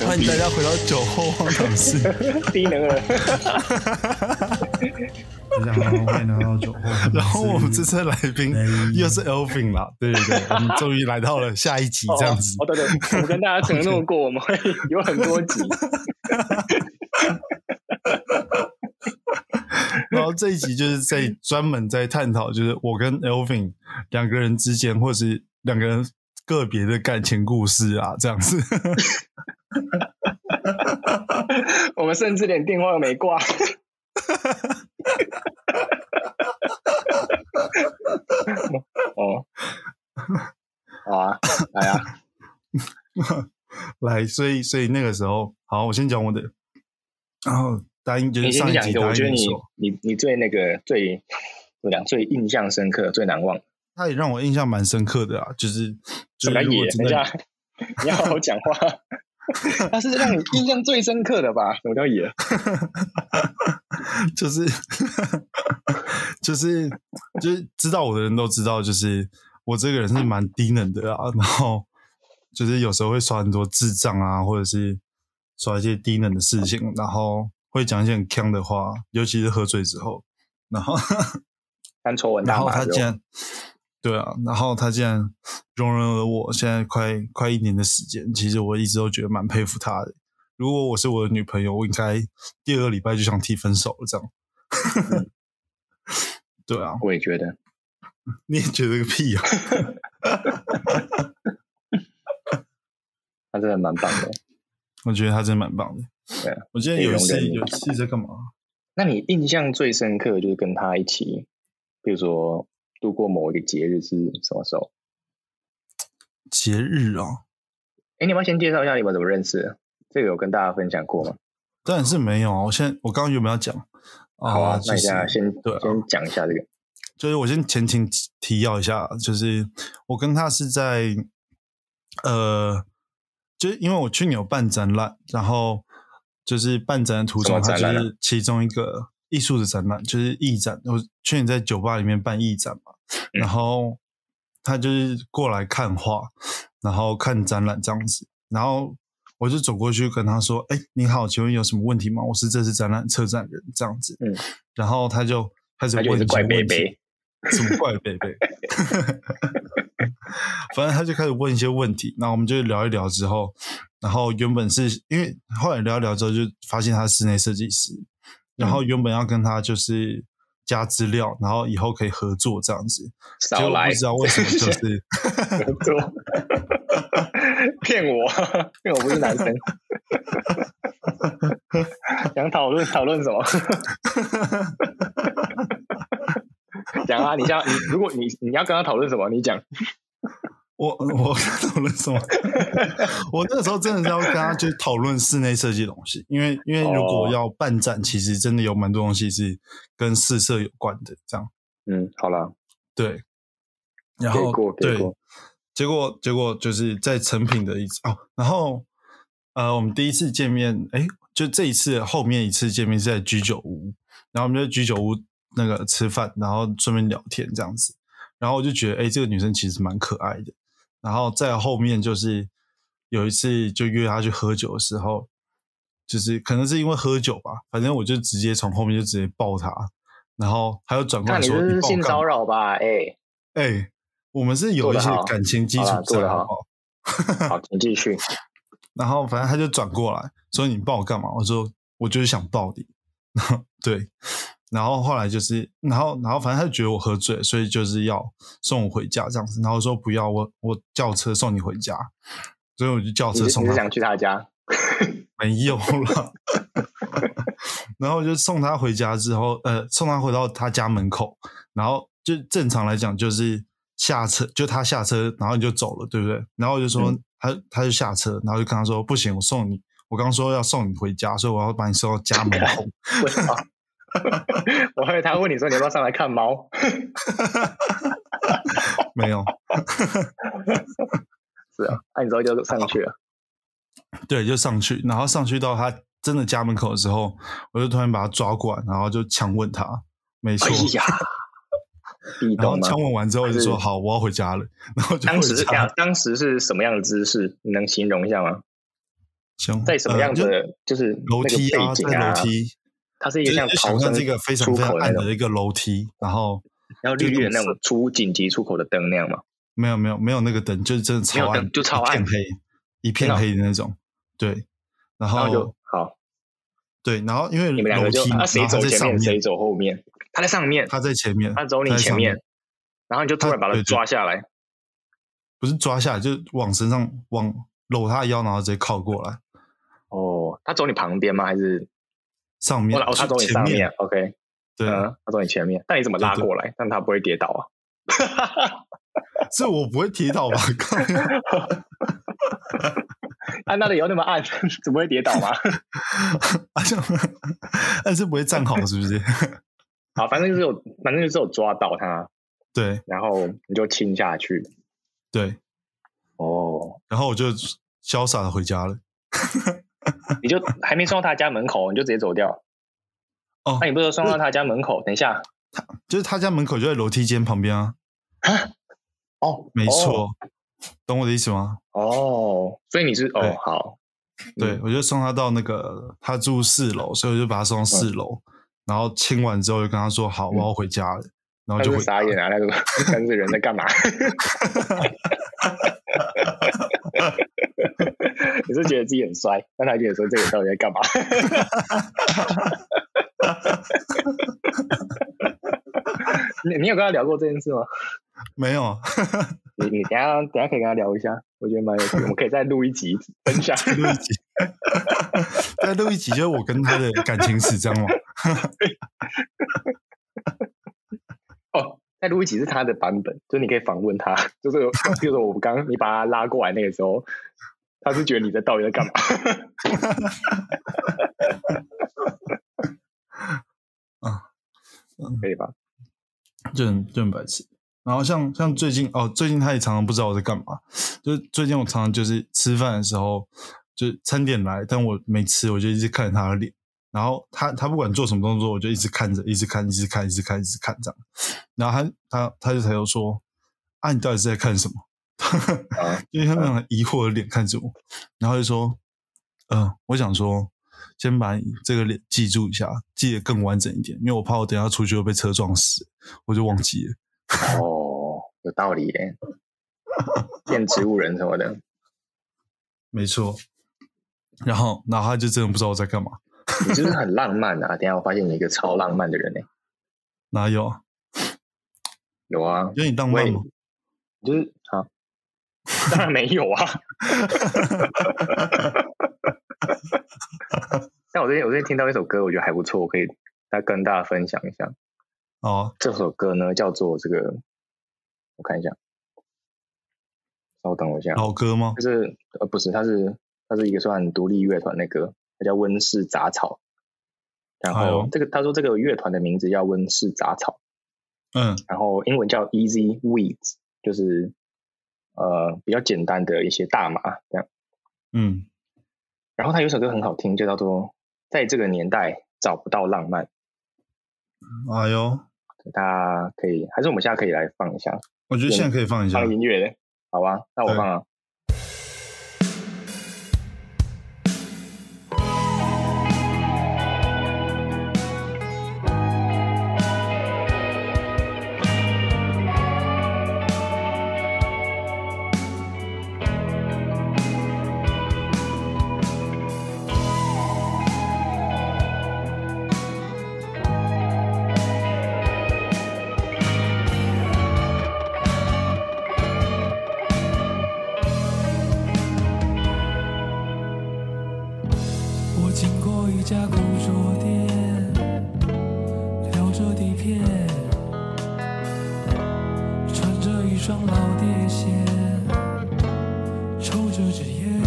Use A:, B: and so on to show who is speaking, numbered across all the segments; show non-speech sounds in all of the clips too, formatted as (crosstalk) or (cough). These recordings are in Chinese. A: 欢迎大家回到酒后荒唐戏。
B: 低能儿，
C: 大家好，欢迎来到酒后。
A: (laughs) (laughs) 然后我们这次的来宾又是 Elvin 啦，对对对，我们终于来到了下一集这样子
B: 哦，。哦对对，我们跟大家承诺过，我们会有很多
A: (laughs)
B: 集，
A: 然后这一集就是在专门在探讨，就是我跟 Elvin 两个人之间，或是两个人个别的感情故事啊，这样子。 (laughs)
B: 我们甚至连电话都没挂。 (laughs) 哦，好啊，来啊，
A: 来，所以所以那个时候，好，我先讲我的，然后答应 (laughs) 就是
B: 你
A: 上
B: 先
A: 一集
B: 讲一个，我
A: 答
B: 觉得
A: 应
B: 你
A: 说，
B: 你你最那个最怎么讲最印象深刻、最难忘，
A: 他也让我印象蛮深刻的啊，就是就是
B: 什么
A: 如
B: 也
A: 果真
B: 等一下
A: 的，
B: (laughs) 你要好好
A: (laughs)
B: 讲话。他是让你印象最深刻的吧？什么叫野？
A: (laughs) 就是就是就是知道我的人都知道，就是我这个人是蛮低能的啊，然后就是有时候会耍很多智障啊，或者是耍一些低能的事情，然后会讲一些很坑的话，尤其是喝醉之后，然后
B: 单抽文
A: 然
B: 大
A: 后
B: 麻
A: 他
B: 的
A: 竟
B: 时候， (laughs)
A: 然，对啊，然后他竟然容忍了我现在快快一年的时间，其实我一直都觉得蛮佩服他的。如果我是我的女朋友，我应该第二个礼拜就想提分手了，这样。
B: 嗯
A: (laughs) 对啊，
B: 我也觉得
A: 你也觉得个屁
B: (laughs)
A: 啊！
B: 他真的蛮棒的。
A: 我觉得他真的蛮棒的。
B: 对啊
A: 我记得有一次
B: 可以容忍你
A: 有一次在干嘛？
B: 那你印象最深刻就是跟他一起，比如说度过某一个节日是什么时候？
A: 节日啊，
B: 哎，你要不要先介绍一下你们怎么认识的？这个有跟大家分享过吗？
A: 当然是没有啊。我现在我刚刚原本要讲
B: 好啊，
A: 就
B: 那你
A: 是
B: 现在先、
A: 哦对啊
B: 先讲一下这个。
A: 就是我先前情提要一下，就是我跟他是在呃，就是因为我去年有办展览，然后就是办展的途中，
B: 什
A: 他
B: 么展览啊
A: 就是其中一个艺术的展览，就是艺展。我去年在酒吧里面办艺展嘛，
B: 嗯
A: 然后他就是过来看画，然后看展览这样子，然后。我就走过去跟他说：“哎、你好，请问有什么问题吗？我是这次展览策展人，这样子。”
B: 嗯，
A: 然后他就开始
B: 他
A: 问
B: 就
A: 一
B: 是
A: 些
B: 怪贝
A: 问题，
B: 贝，
A: 什么怪贝贝？ (laughs) 反正他就开始问一些问题，然后我们就聊一聊之后，然后原本是因为后来聊一聊之后就发现他是室内设计师，然
B: 嗯
A: 后原本要跟他就是加资料，然后以后可以合作这样子，结
B: 少
A: 果
B: 来，
A: 不知道为什
B: (laughs)
A: 么就是
B: 做 (laughs) 骗我，因为我不是男生。想讨论讨论什么？ (laughs) 讲啊，你像你，如果你你要跟他讨论什么，你讲。
A: 我 (laughs) 我跟他讨论什么？ (laughs) 我那时候真的是要跟他去讨论室内设计的东西，因为因为如果
B: 哦
A: 要办展，其实真的有蛮多东西是跟试色有关的这样。
B: 嗯，好了，
A: 对，然
B: 给
A: 后
B: 过给
A: 对
B: 过，
A: 结果结果就是在成品的一次哦，然后呃，我们第一次见面，哎，就这一次后面一次见面是在居酒屋，然后我们就在居酒屋那个吃饭，然后顺便聊天这样子，然后我就觉得哎，这个女生其实蛮可爱的，然后在后面就是有一次就约她去喝酒的时候。就是可能是因为喝酒吧，反正我就直接从后面就直接抱她，然后她又转过
B: 那
A: 来
B: 你
A: 说：“
B: 这
A: 你抱
B: 是
A: 我
B: 性
A: 干嘛
B: 骚扰吧？
A: (laughs)
B: 哎，
A: 哎、我们是有一些感情基础
B: 做
A: 在，
B: 得好
A: 好
B: 啦
A: 不好？
B: 好，请继续。
A: 然后反正他就转过来说：“你抱我干嘛？”我说：“我就是想抱 (laughs) 你。”对，然后后来就是，然后然后反正他就觉得我喝醉，所以就是要送我回家这样子。然后我说不要，我我叫车送你回家，所以我就叫
B: 你
A: 车
B: 是
A: 送
B: 你
A: 他
B: 是想去他家？
A: 没有了。 (laughs) 然后就送他回家之后，呃，送他回到他家门口，然后就正常来讲就是下车，就他下车，然后你就走了，对不对？然后我就说、
B: 嗯
A: 他他就下车，然后就跟他说不行，我送你，我刚说要送你回家，所以我要把你送到家门口。
B: (laughs) 为什么？
A: (laughs)
B: 我还以为他问你说你要不要上来看猫？
A: 没有，
B: 是啊，那你之后就上去了。
A: 对，就上去，然后上去到他真的家门口的时候，我就突然把他抓过来，然后就强吻他，没错
B: 哎。呀，你
A: 然后
B: 懂吗
A: 强？吻完之后，我就说
B: 还是
A: 好，我要回家了，然后就
B: 当
A: 回
B: 时是这
A: 家
B: 样，。当时是什么样的姿势？你能形容一下吗？
A: 像
B: 在什么样子
A: 呃
B: 的，就是那
A: 楼
B: 个
A: 梯啊
B: 背景啊
A: 在楼梯，
B: 它是一
A: 就
B: 个
A: 是
B: 像逃
A: 想象
B: 生
A: 这个非常
B: 出
A: 非常
B: 口的
A: 暗
B: 那种，
A: 的一个楼梯，然后
B: 然后
A: 就
B: 绿绿的
A: 是
B: 那种出紧急出口的灯那样嘛。
A: 没有没有没有那个灯，就是真的
B: 没
A: 超
B: 有灯
A: 暗，
B: 就
A: 一
B: 超暗
A: 片黑，一
B: 真
A: 片
B: 的哦
A: 黑的那种。对，然
B: 然后
A: 后
B: 就好，
A: 对，然后因为
B: 你们两
A: 哦嗯楼
B: 个就
A: 梯嘛，
B: 啊
A: 然
B: 谁
A: 后
B: 走
A: 他在
B: 前
A: 上
B: 面谁啊
A: 面，
B: 走后面，他在上面，
A: 他在前面，
B: 他走你
A: 在
B: 前
A: 上
B: 面，然后你就突
A: 他
B: 然把
A: 对
B: 他
A: 对
B: 抓下来，
A: 不是抓下来，就是往身上往搂他的腰，然后直接靠过来，
B: 哦，他走你旁边吗？还是
A: 上面
B: 哦，他
A: 就
B: 走你
A: 前
B: 上面？OK，
A: 对，
B: 嗯，他走你前面，但你怎么拉
A: 对对
B: 过来？但他不会跌倒啊？
A: 这我不会提到吧？
B: 嗯
A: 靠呀
B: 按啊那里有那么暗， (laughs) 怎么会跌倒吗？
A: 啊， (laughs) 这样但是不会站好，是不 (laughs) 是？
B: 好，反正就是有，反正就是有抓到他，
A: 对
B: 然后你就亲下去。
A: 对，
B: 哦，
A: 然后我就潇洒的回家了。
B: 你
A: (laughs)
B: 就还没送到他家门口，你就直接走掉。
A: 哦
B: 那、，你不是说送到他家门口？等一下，
A: 就是他家门口就在楼梯间旁边啊，
B: 哦，
A: 没错，懂我的意思吗？
B: 哦，哦，所以你是
A: 对
B: 哦，好，嗯
A: 对，我就送他到那个他住四楼，所以我就把他送到四楼，然后亲完之后就跟他说：“好，我要回家了。”然后
B: 那
A: 就是回家
B: 傻眼啊，那个 (laughs) 那个人在干嘛？ (laughs) 你是觉得自己很帅，但他觉得说这个人到底在干嘛？ (laughs) 你你有跟他聊过这件事吗？
A: 没有，
B: 你你等一下等一下可以跟他聊一下，我觉得蛮有趣的，我们可以再录一集分享。
A: 再录一集， (laughs) 再录一集就是我跟他的感情史，这样吗？
B: 哦，再录一集是他的版本，就是你可以访问他， (laughs) 就是有比如说我们刚刚你把他拉过来那个时候，他是觉得你在到底在干嘛？ (laughs)
A: 嗯
B: 可以吧？
A: 就很就很白痴。然后像像最近哦，最近他也常常不知道我在干嘛。就是最近我常常就是吃饭的时候，就是餐点来，但我没吃，我就一直看着他的脸。然后他他不管做什么动作，我就一直看着，一直看，一直看，一直看，一直看这样。然后他他他就抬头说：“啊，你到底是在看什么？” (laughs)
B: 啊，
A: 因为他那种疑惑的脸看着我，然后就说：“嗯、我想说，先把你这个脸记住一下，记得更完整一点，因为我怕我等一下出去会被车撞死，我就忘记了。
B: 哦，有道理耶，变植物人什么的，”
A: 没错。然后，然后他就真的不知道我在干嘛。
B: 你是不是很浪漫啊？等一下我发现你一个超浪漫的人呢。
A: 哪有啊？
B: 有啊，
A: 有你浪
B: 我
A: 漫
B: 也
A: 吗？
B: 就是
A: (laughs)
B: 啊，当然没有啊。但我最近我最近听到一首歌，我觉得还不错，我可以再跟大家分享一下。
A: 哦，
B: 这首歌呢叫做这个，我看一下，稍等我一下，
A: 老歌吗？
B: 就是呃不是，它是它是一个算独立乐团的歌，它叫温室杂草。然
A: 哎呦
B: 后这个他说这个乐团的名字叫温室杂草，
A: 嗯
B: 然后英文叫 Easy Weeds，就是呃比较简单的一些大麻这样。
A: 嗯，
B: 然后他有一首歌很好听，就叫做《在这个年代找不到浪漫》，
A: 哎呦，
B: 大家可以还是我们现在可以来放一下，
A: 我觉得现在可以放一下
B: 放音乐的，好吧？那
A: 啊
B: 我
A: 对
B: 放啊。
D: 我经过一家古着店，聊着底片，穿着一双老爹鞋，抽着纸烟，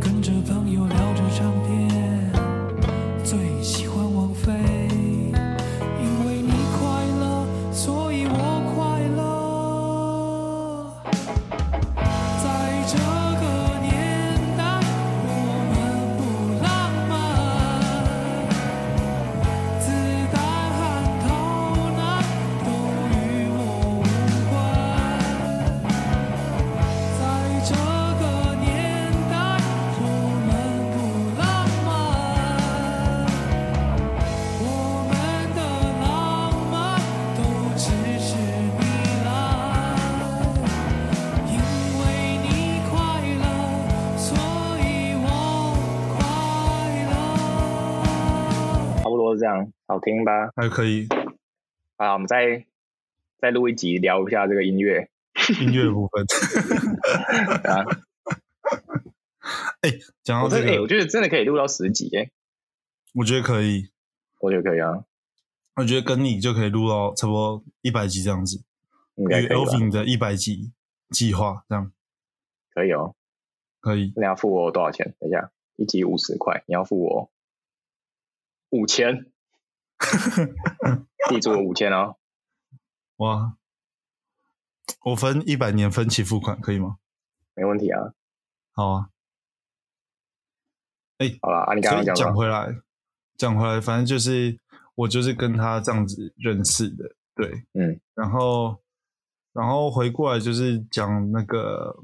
D: 跟着朋友聊着唱片，最喜欢王菲，因为你快乐，所以我快乐。在这个年代，我们不浪漫，子弹和头脑都与我无关。
B: 这样，好听吧？
A: 还可
B: (laughs)
A: 以
B: 啊，我们再再录一集聊一下这个音乐
A: 音乐部分。
B: 啊。
A: (laughs) 哎、讲到
B: 我
A: 这
B: 真的、欸，
A: 个
B: 我，觉得真的可以录到十集耶，
A: 我觉得可以，
B: 我觉得可以啊，
A: 我觉得跟你就可以录到差不多一百集这样子，
B: 应该
A: 与
B: 可以吧？
A: Elvin 的一百集计划这样
B: 可以哦。
A: 可以。
B: 那你要付我多少钱？等一下，一集五十块，你要付我五千，地主五千哦。
A: 哇，我分一百年分期付款可以吗？
B: 没问题啊。
A: 好啊。哎、
B: 好啦，啊，你刚
A: 所
B: 刚
A: 以
B: 讲什
A: 讲
B: 么？
A: 回来，讲回来，反正就是我就是跟他这样子认识的，对，
B: 嗯，
A: 然后然后回过来就是讲那个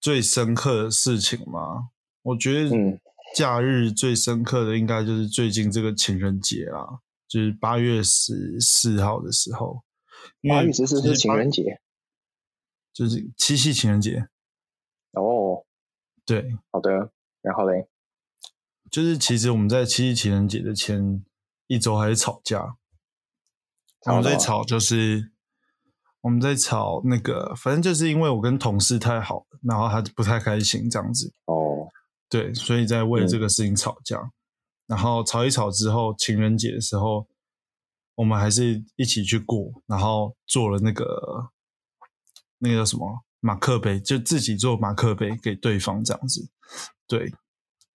A: 最深刻的事情嘛，我觉得
B: 嗯
A: 假日最深刻的应该就是最近这个情人节啊，就是八月十四号的时候，因
B: 八
A: 为
B: 月十四
A: 其
B: 是
A: 实
B: 情
A: 八
B: 人节
A: 就是七夕情人节，
B: 哦。
A: 对，
B: 好的，然后嘞，
A: 就是其实我们在七夕情人节的前一周还在吵架，我们在
B: 什么，
A: 吵就是我们在吵那个，反正就是因为我跟同事太好了，然后他不太开心这样子，
B: 哦，
A: 对，所以在为了
B: 嗯
A: 这个事情吵架，然后吵一吵之后，情人节的时候，我们还是一起去过，然后做了那个那个叫什么马克杯，就自己做马克杯给对方这样子，对，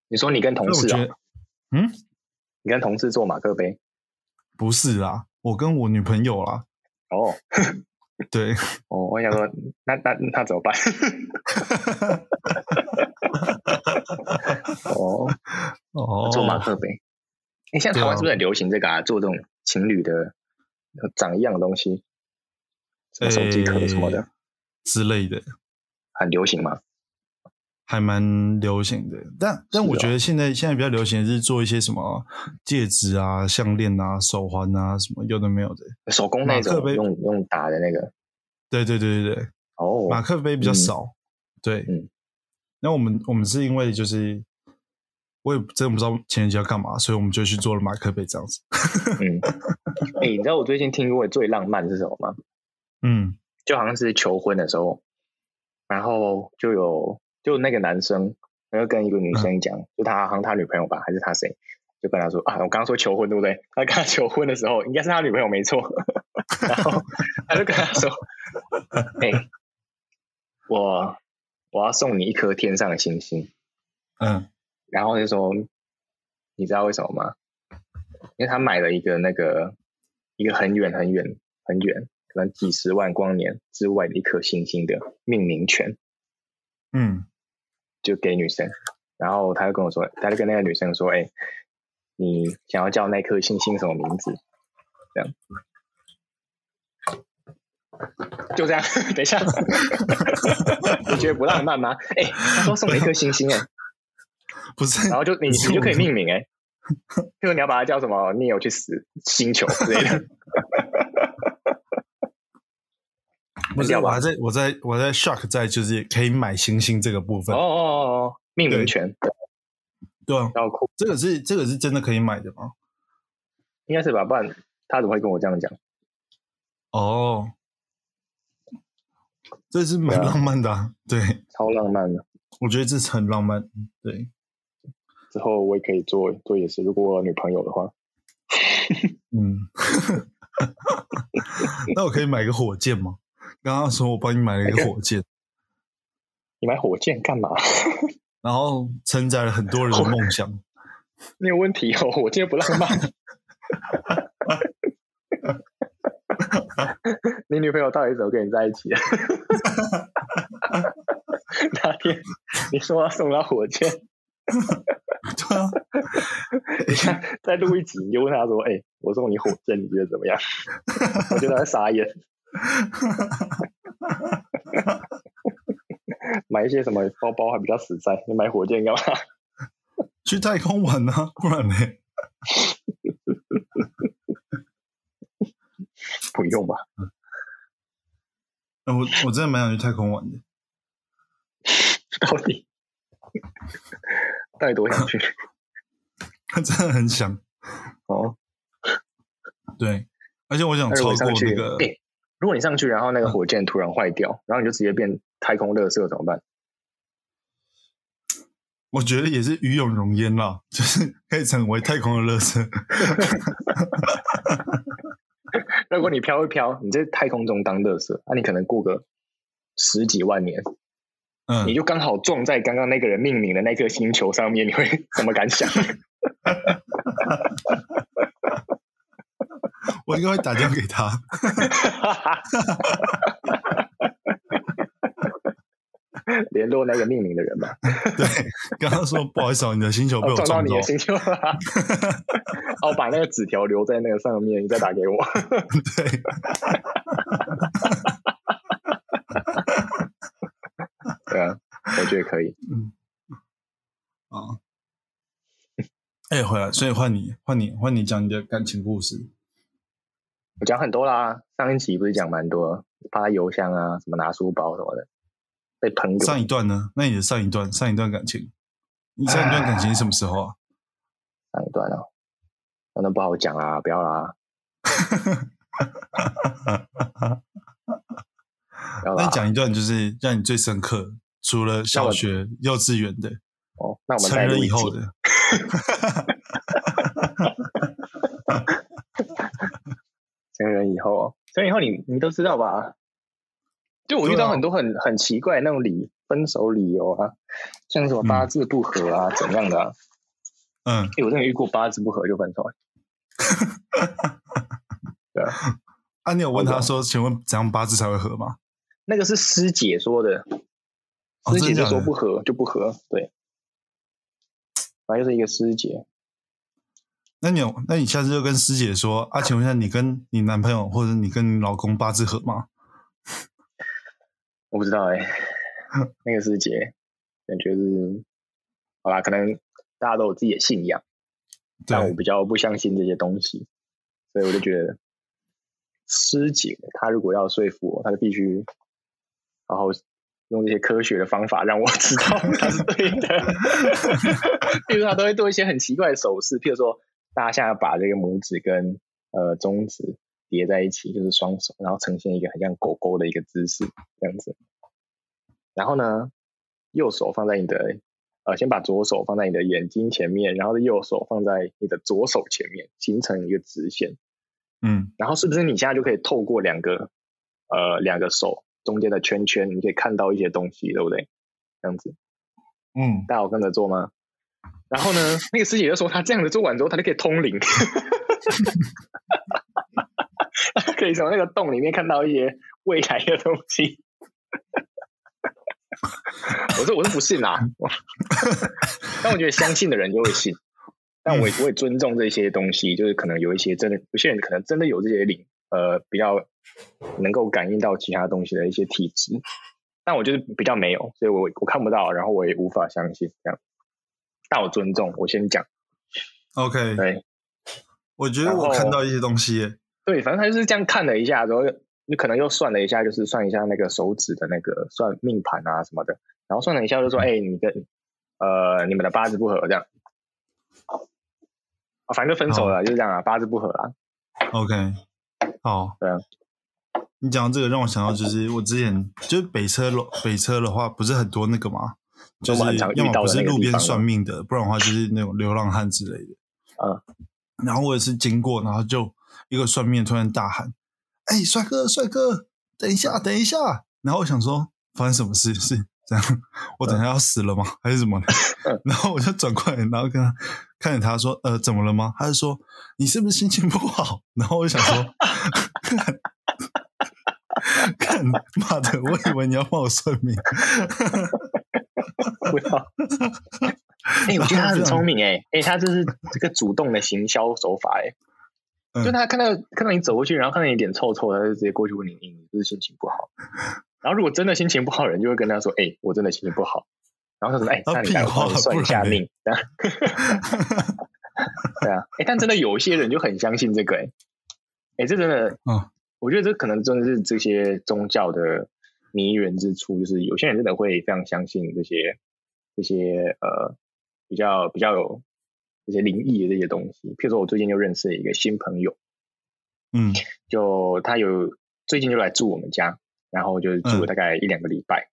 B: 你说你跟同
A: 所以我
B: 事
A: 觉
B: 啊，
A: 得，嗯。
B: 你跟同事做马克杯
A: 不是啦，我跟我女朋友啦，
B: 哦。
A: 对，
B: 哦，我想说，那那那怎么办？ (laughs) 哦，
A: 哦，
B: 做马克杯。哎、现在台湾是不是很流行这个啊？做这种情侣的呃长一样的东西，什么手机壳什么的，
A: 诶之类的，
B: 很流行嘛。
A: 还蛮流行的。但但
B: 是
A: 我
B: 啊
A: 觉得现在现在比较流行的是做一些什么戒指啊、项链啊、手环啊什么有的没有的。
B: 手工那
A: 马克
B: 种
A: 杯
B: 用用打的那个。
A: 对对对对对，
B: 哦，
A: 马克杯比较
B: 嗯
A: 少。对，
B: 嗯
A: 那我们我们是因为就是。我也真的不知道情人节要干嘛，所以我们就去做了马克杯这样子。 (laughs)
B: 嗯，哎、你知道我最近听过最浪漫是什么吗？
A: 嗯，
B: 就好像是求婚的时候，然后就有就那个男生，然后跟一个女生讲，就他好像他女朋友吧，还是他谁，就跟他说啊，我刚刚说求婚对不对？他跟他求婚的时候，应该是他女朋友没错， (laughs) 然后他就跟他说， (laughs) 哎、我我要送你一颗天上的星星，
A: 嗯，
B: 然后就说，你知道为什么吗？因为他买了一个那个一个很远很远很远，可能几十万光年之外的一颗星星的命名权，
A: 嗯，
B: 就给女生。然后他就跟我说，他就跟那个女生说：“哎、你想要叫那颗星星什么名字？”这样，就这样。 (laughs) 等一下，你觉得不浪漫吗？哎、他说送你一颗星星、哎。
A: 不是，
B: 然后就你
A: 不是
B: 你就
A: 我
B: 可以
A: 们
B: 命名哎、欸，就是你要把它叫什么 Neo 去死星球
A: (laughs)
B: 之类的，
A: 不是，
B: 掉吧
A: 我还在我在我在 shock 在就是可以买星星这个部分。
B: 哦哦哦哦，命名权
A: 对啊，
B: 要酷，
A: 这个是这个是真的可以买的吗？
B: 应该是吧？不然他怎么会跟我这样讲？
A: 哦，这是蛮
B: 对啊
A: 浪漫的、啊，对，
B: 超浪漫的。
A: 我觉得这是很浪漫，对，
B: 之后我也可以做做也是，如果我有女朋友的话，
A: 嗯， (laughs) 那我可以买个火箭吗？刚刚说我帮你买了一个火箭，
B: 你买火箭干嘛？ (laughs)
A: 然后承载了很多人的梦想，
B: 你有问题哦，火箭不浪漫。 (laughs) 你女朋友到底怎么跟你在一 (laughs) 起、啊？哪天你说要送她火箭，
A: 对啊，
B: 再录一集，你就问他说：“哎、我送你火箭，你觉得怎么样？” (laughs) 我觉得他傻眼。买一些什么包包还比较实在，你买火箭干嘛？ (laughs)
A: 去太空玩啊，不然呢？
B: 不用吧？
A: 呃我我真的蛮想去太空玩的， (laughs)
B: 到底到底多想去？
A: 他真的很想。
B: 哦，
A: 对，而且我想
B: 那如
A: 超过
B: 果你上哎去，
A: 那个，
B: 欸如果你上去，然后那个火箭突然坏掉，然后你就直接变太空垃圾怎么办？
A: 我觉得也是鱼泳容焉啦，就是可以成为太空的垃圾。
B: 如果你飘一飘，你在太空中当垃圾，那、你可能过个十几万年，
A: 嗯
B: 你，就刚好撞在刚刚那个人命名的那颗星球上面，你会什么感
A: (laughs)
B: 想？
A: 我应该会打电话给他。
B: 联络那个命名的人吧，
A: 对，刚刚说不好意思哦，你的星球被
B: 哦
A: 我
B: 撞到
A: 撞
B: 你
A: 到
B: 的。星球了。哦，把那个纸条留在那个上面，你再打给
A: (laughs)
B: 我。
A: 对，
B: 对啊，我觉得可以。
A: 啊，哎、回来，所以换你，换你，换你讲你的感情故事。
B: 我讲很多啦，上一集不是讲蛮多，发邮箱啊，什么拿书包什么的，被喷过
A: 上。一段呢？那你的上一段，上一段感情，你上一段感情是什么时候啊？ (laughs)
B: 上一段哦，那那不好讲啊，不要啦，不要
A: 那
B: 啦
A: 你。讲一段就是让你最深刻，除了小学、幼稚园的，
B: 哦，那我
A: 成
B: 们再录
A: 人
B: 一
A: 以后
B: 集。
A: 的。
B: 成人以后，成人以后你你都知道吧？就我遇
A: 对啊
B: 到很多很、很奇怪的那种理分手理由啊，像什么八字不合啊、怎样的、啊，
A: 嗯，
B: 哎、我真的遇过八字不合就分手、欸，对啊，
A: 啊，你有问
B: 好
A: 他
B: 的
A: 说，请问怎样八字才会合吗？
B: 那个是师姐说的，
A: 哦
B: 师姐
A: 真的假
B: 就
A: 的
B: 说不合就不合，对，反正就是一个师姐，
A: 那你有，那你下次就跟师姐说啊，请问一下，你跟你男朋友或者你跟你老公八字合吗？
B: 我不知道
A: (laughs)
B: 哎、那个师姐感觉是，好啦，可能大家都有自己的信仰。但我
A: 对，
B: 比较不相信这些东西，所以我就觉得师姐她如果要说服我，她就必须然后用这些科学的方法让我知道她是对的。譬如她都会做一些很奇怪的手势，譬如说大家现在把这个拇指跟呃中指叠在一起，就是双手，然后呈现一个很像狗狗的一个姿势这样子。然后呢，右手放在你的呃，先把左手放在你的眼睛前面，然后右手放在你的左手前面，形成一个直线。
A: 嗯，
B: 然后是不是你现在就可以透过两个呃两个手中间的圈圈，你可以看到一些东西，对不对？这样子，
A: 嗯，
B: 大家有跟着做吗？然后呢，那个师姐就说，她这样子做完之后，她就可以通灵， (laughs) 她可以从那个洞里面看到一些未来的东西。 (laughs) 我说我是不信啦、我但我觉得相信的人就会信，但我也我也尊重这些东西，就是可能有一些真的，有些人可能真的有这些灵，呃，比较能够感应到其他东西的一些体质，但我就是比较没有，所以我我看不到，然后我也无法相信这样。但我尊重，我先讲，
A: OK，
B: 对
A: 我觉得
B: 然后
A: 我看到一些东西耶，
B: 对，反正他就是这样看了一下，然后你可能又算了一下，就是算一下那个手指的那个算命盘啊什么的，然后算了一下就说，哎、你的呃你们的八字不合这样，啊反正就分手了，就是这样啊，八字不合啊，
A: OK，好，
B: 对啊
A: 你讲到这个让我想到，就是我之前就是北车楼北车的话，不是很多那个嘛，就
B: 我
A: 是
B: 们很常遇
A: 要么
B: 到
A: 不
B: 的
A: 是
B: 那个
A: 路
B: 地
A: 边
B: 方
A: 算命的，不然的话就是那种流浪汉之类的。
B: 嗯，
A: 然后我也是经过，然后就一个算命的突然大喊：“哎、帅哥，帅哥，等一下，等一下！”然后我想说，发生什么事？是这样？我等一下要死了吗？还是怎么的？
B: 嗯
A: 然后我就转过来，然后跟他看着他说：“呃，怎么了吗？”他就说：“你是不是心情不好？” (laughs) 然后我就想说干：“看妈的，我以为你要帮我算命。
B: 不要。 (laughs) 哎、我觉得他很聪明哎、哎、他这是这个主动的行销手法哎、
A: 嗯
B: 就他看到看到你走过去，然后看到你脸臭臭的，他就直接过去问你，你你是不是心情不好？然后如果真的心情不好，人就会跟他说，哎、我真的心情不好。然后他说，哎、
A: 啊
B: 那你来
A: 屁
B: 我
A: 话
B: 帮你算一下
A: 不然嘞
B: 命。 (laughs) 然后对啊，哎、但真的有一些人就很相信这个哎、哎、这真的，
A: 嗯
B: 我觉得这可能真的是这些宗教的迷人之处，就是有些人真的会非常相信这些这些呃比较比较有这些灵异的这些东西。譬如说，我最近就认识了一个新朋友，
A: 嗯
B: 就他有最近就来住我们家，然后就是住了大概一两个礼拜，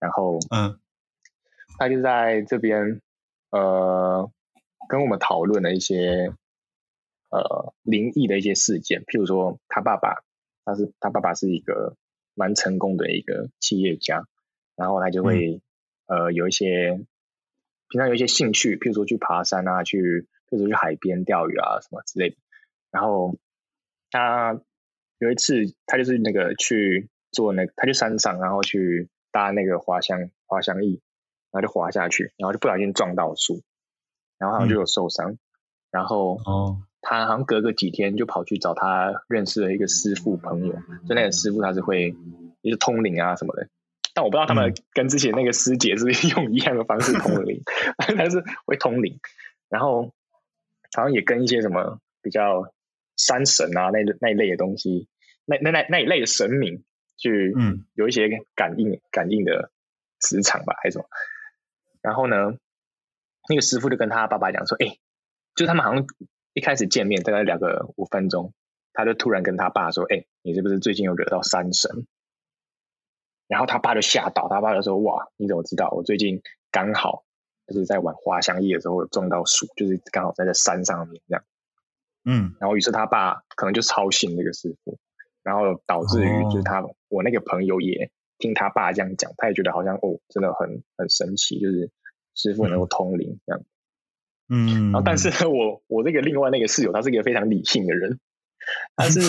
B: 然后
A: 嗯
B: 他就在这边呃跟我们讨论了一些呃灵异的一些事件，譬如说他爸爸，他是他爸爸是一个蛮成功的一个企业家，然后他就会、呃有一些平常有一些兴趣，譬如说去爬山啊，去譬如说去海边钓鱼啊什么之类的，然后他有一次，他就是那个去做那个，他去山上，然后去搭那个滑翔滑翔翼，然后就滑下去，然后就不小心撞到树，然后他就有受伤，然后
A: 哦
B: 他好像隔个几天就跑去找他认识的一个师傅朋友，就那个师傅他是会也是通灵啊什么的，但我不知道他们
A: 嗯
B: 跟之前那个师姐是不是用一样的方式通灵， (laughs) 但是会通灵，然后好像也跟一些什么比较山神啊那那一类的东西，那那那那一类的神明去
A: 嗯
B: 有一些感应感应的磁场吧，还是什么。然后呢，那个师傅就跟他爸爸讲说：“哎、就他们好像一开始见面大概聊个五分钟，他就突然跟他爸说：‘哎、你是不是最近有惹到山神？’然后他爸就吓到，他爸就说：‘哇，你怎么知道？我最近刚好就是在玩滑翔翼的时候有撞到树，就是刚好在这山上面这样。’
A: 嗯
B: 然后于是他爸可能就操心这个师傅，然后导致于
A: 哦
B: 就是他、我那个朋友也听他爸这样讲，他也觉得好像哦，真的很很神奇，就是师傅能够通灵这样。
A: 嗯，
B: 然后但是呢， (laughs) 我我这个另外那个室友，他是一个非常理性的人，他是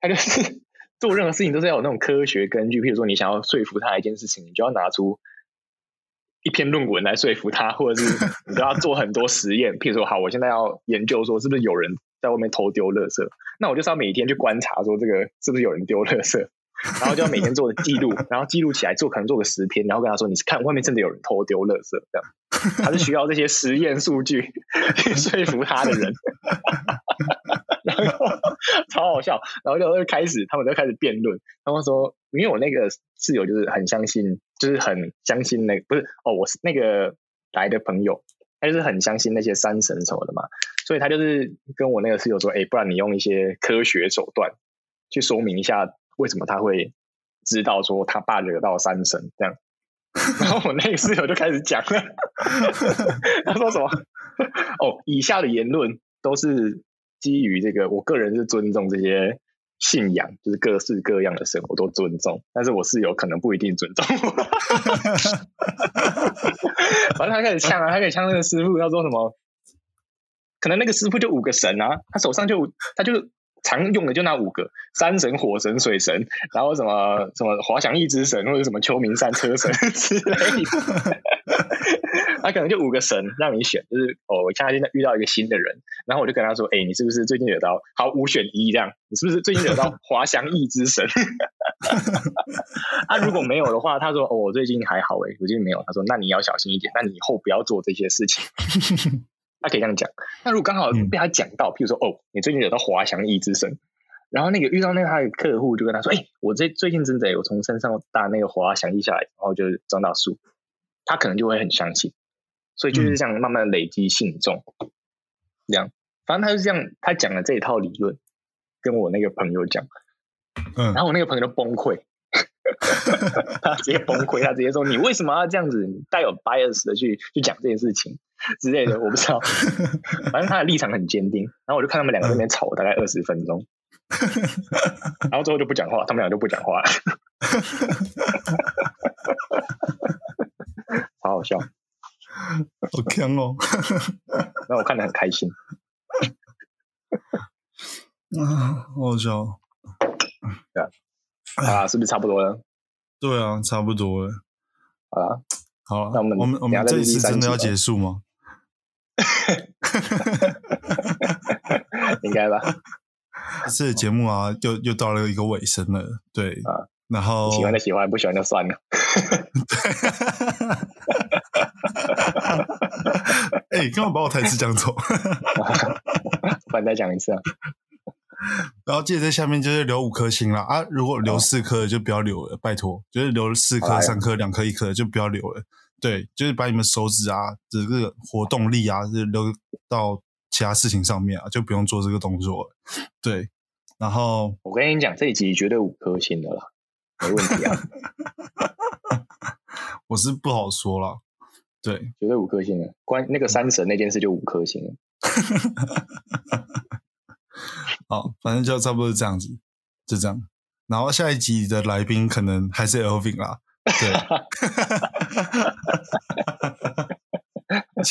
B: 他就是做任何事情都是要有那种科学根据，譬如说你想要说服他一件事情，你就要拿出一篇论文来说服他，或者是你都要做很多实验。 (laughs) 譬如说，好，我现在要研究说是不是有人在外面偷丢垃圾，那我就是要每天去观察说这个是不是有人丢垃圾。然后就要每天做记录，然后记录起来做，可能做个十篇，然后跟他说：“你是看外面真的有人偷丢垃圾这样。”他是需要这些实验数据去说服他的人， (laughs) 然后超好笑，然后就开始他们就开始辩论，然后说，因为我那个室友就是很相信，就是很相信那不是哦，我是那个来的朋友，他就是很相信那些山神什么的嘛，所以他就是跟我那个室友说，哎，不然你用一些科学手段去说明一下为什么他会知道说他爸惹到山神这样。然后我那个室友就开始讲了， (laughs) 他说什么？哦，以下的言论都是基于这个，我个人是尊重这些信仰，就是各式各样的神我都尊重，但是我室友可能不一定尊重我。 (laughs) 反正他开始呛啊，他开始呛那个师傅，他说什么？可能那个师傅就五个神啊，他手上就他就常用的就那五个：山神、火神、水神，然后什么什么滑翔翼之神，或者什么秋名山车神 (laughs) 之类的。他可能就五个神让你选，就是哦，我现在现在遇到一个新的人，然后我就跟他说：“哎、你是不是最近惹到？好，五选一这样，你是不是最近惹到滑翔翼之神？” (laughs) 啊，如果没有的话，他说：“哦，我最近还好哎、我最近没有。”他说：“那你要小心一点，那你以后不要做这些事情。”他可以这样讲。那如果刚好
A: 嗯
B: 被他讲到，譬如说：“哦，你最近惹到滑翔翼之神。”然后那个遇到那个他的客户就跟他说：“哎、我最最近真的有从身上搭那个滑翔翼下来，然后就撞到树。”他可能就会很相信，所以就是这样慢慢地累积信众。这样，反正他就是这样，他讲了这一套理论，跟我那个朋友讲，
A: 嗯
B: 然后我那个朋友就崩溃， (laughs) 他直接崩溃，他直接说：“你为什么要这样子？你带有 bias 的去去讲这件事情之类的，我不知道。反正他的立场很坚定。然后我就看他们两个在那边吵大概二十分钟，然后最后就不讲话，他们俩就不讲话了，好好笑。
A: 好强哦，
B: 那我看得很开心。
A: 啊，好好笑哦。
B: 啊，是不是差不多了？
A: 对啊，差不多了。
B: 好啦，
A: 好啊，
B: 那我们
A: 我们我
B: 等一
A: 们
B: 下再
A: 这
B: 录
A: 一次
B: 第三
A: 真的
B: 集
A: 要
B: 吧
A: 结束吗？
B: 应该吧。
A: 这次的节目啊，又又到了一个尾声了。对
B: 啊，
A: 然后
B: 喜欢的喜欢，不喜欢就算了。
A: (laughs) 哎、你干嘛把我台词讲走？
B: 不然再讲一次啊。
A: 然后记得在下面就是留五颗星啦啊！如果留四颗的就不要留了，拜托，就是留了四
B: 好
A: 颗、
B: 来
A: 三颗、两颗、一颗的就不要留了，对，就是把你们手指啊这个活动力啊，是留到其他事情上面啊，就不用做这个动作了。对，然后
B: 我跟你讲，这一集绝对五颗星的啦，没问题啊，
A: 我是不好说了。对，
B: 绝对五颗星的。关那个三神那件事就五颗星了。
A: 好，反正就差不多是这样子，就这样。然后下一集的来宾可能还是 Elvin 啦，对。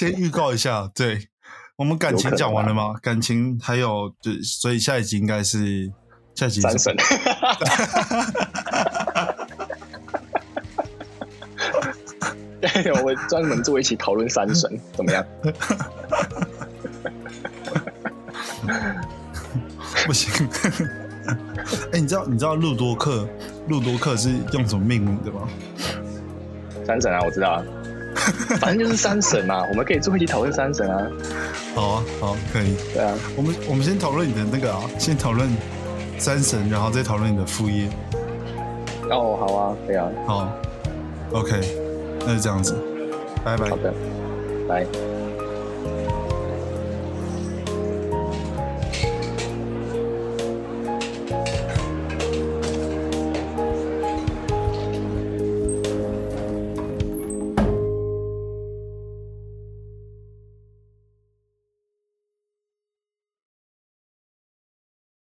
A: (laughs) 先预告一下，对我们感情讲完了吗？感情还有，对，所以下一集应该是下一集是
B: 三神， (laughs) 我专门做一期讨论三神怎么样？
A: (laughs) 不行。哎、你知道你知道路多克路多克是用什么命名的吗？
B: 三神啊，我知道啊，反正就是三神嘛，我们可以做一期讨论三神啊，
A: 好啊，好，可以。
B: 对啊，
A: 我们我们先讨论你的那个啊，先讨论三神，然后再讨论你的副业。
B: 哦，好啊，对啊，
A: 好，OK，那就这样子，拜拜
B: 好。的，来。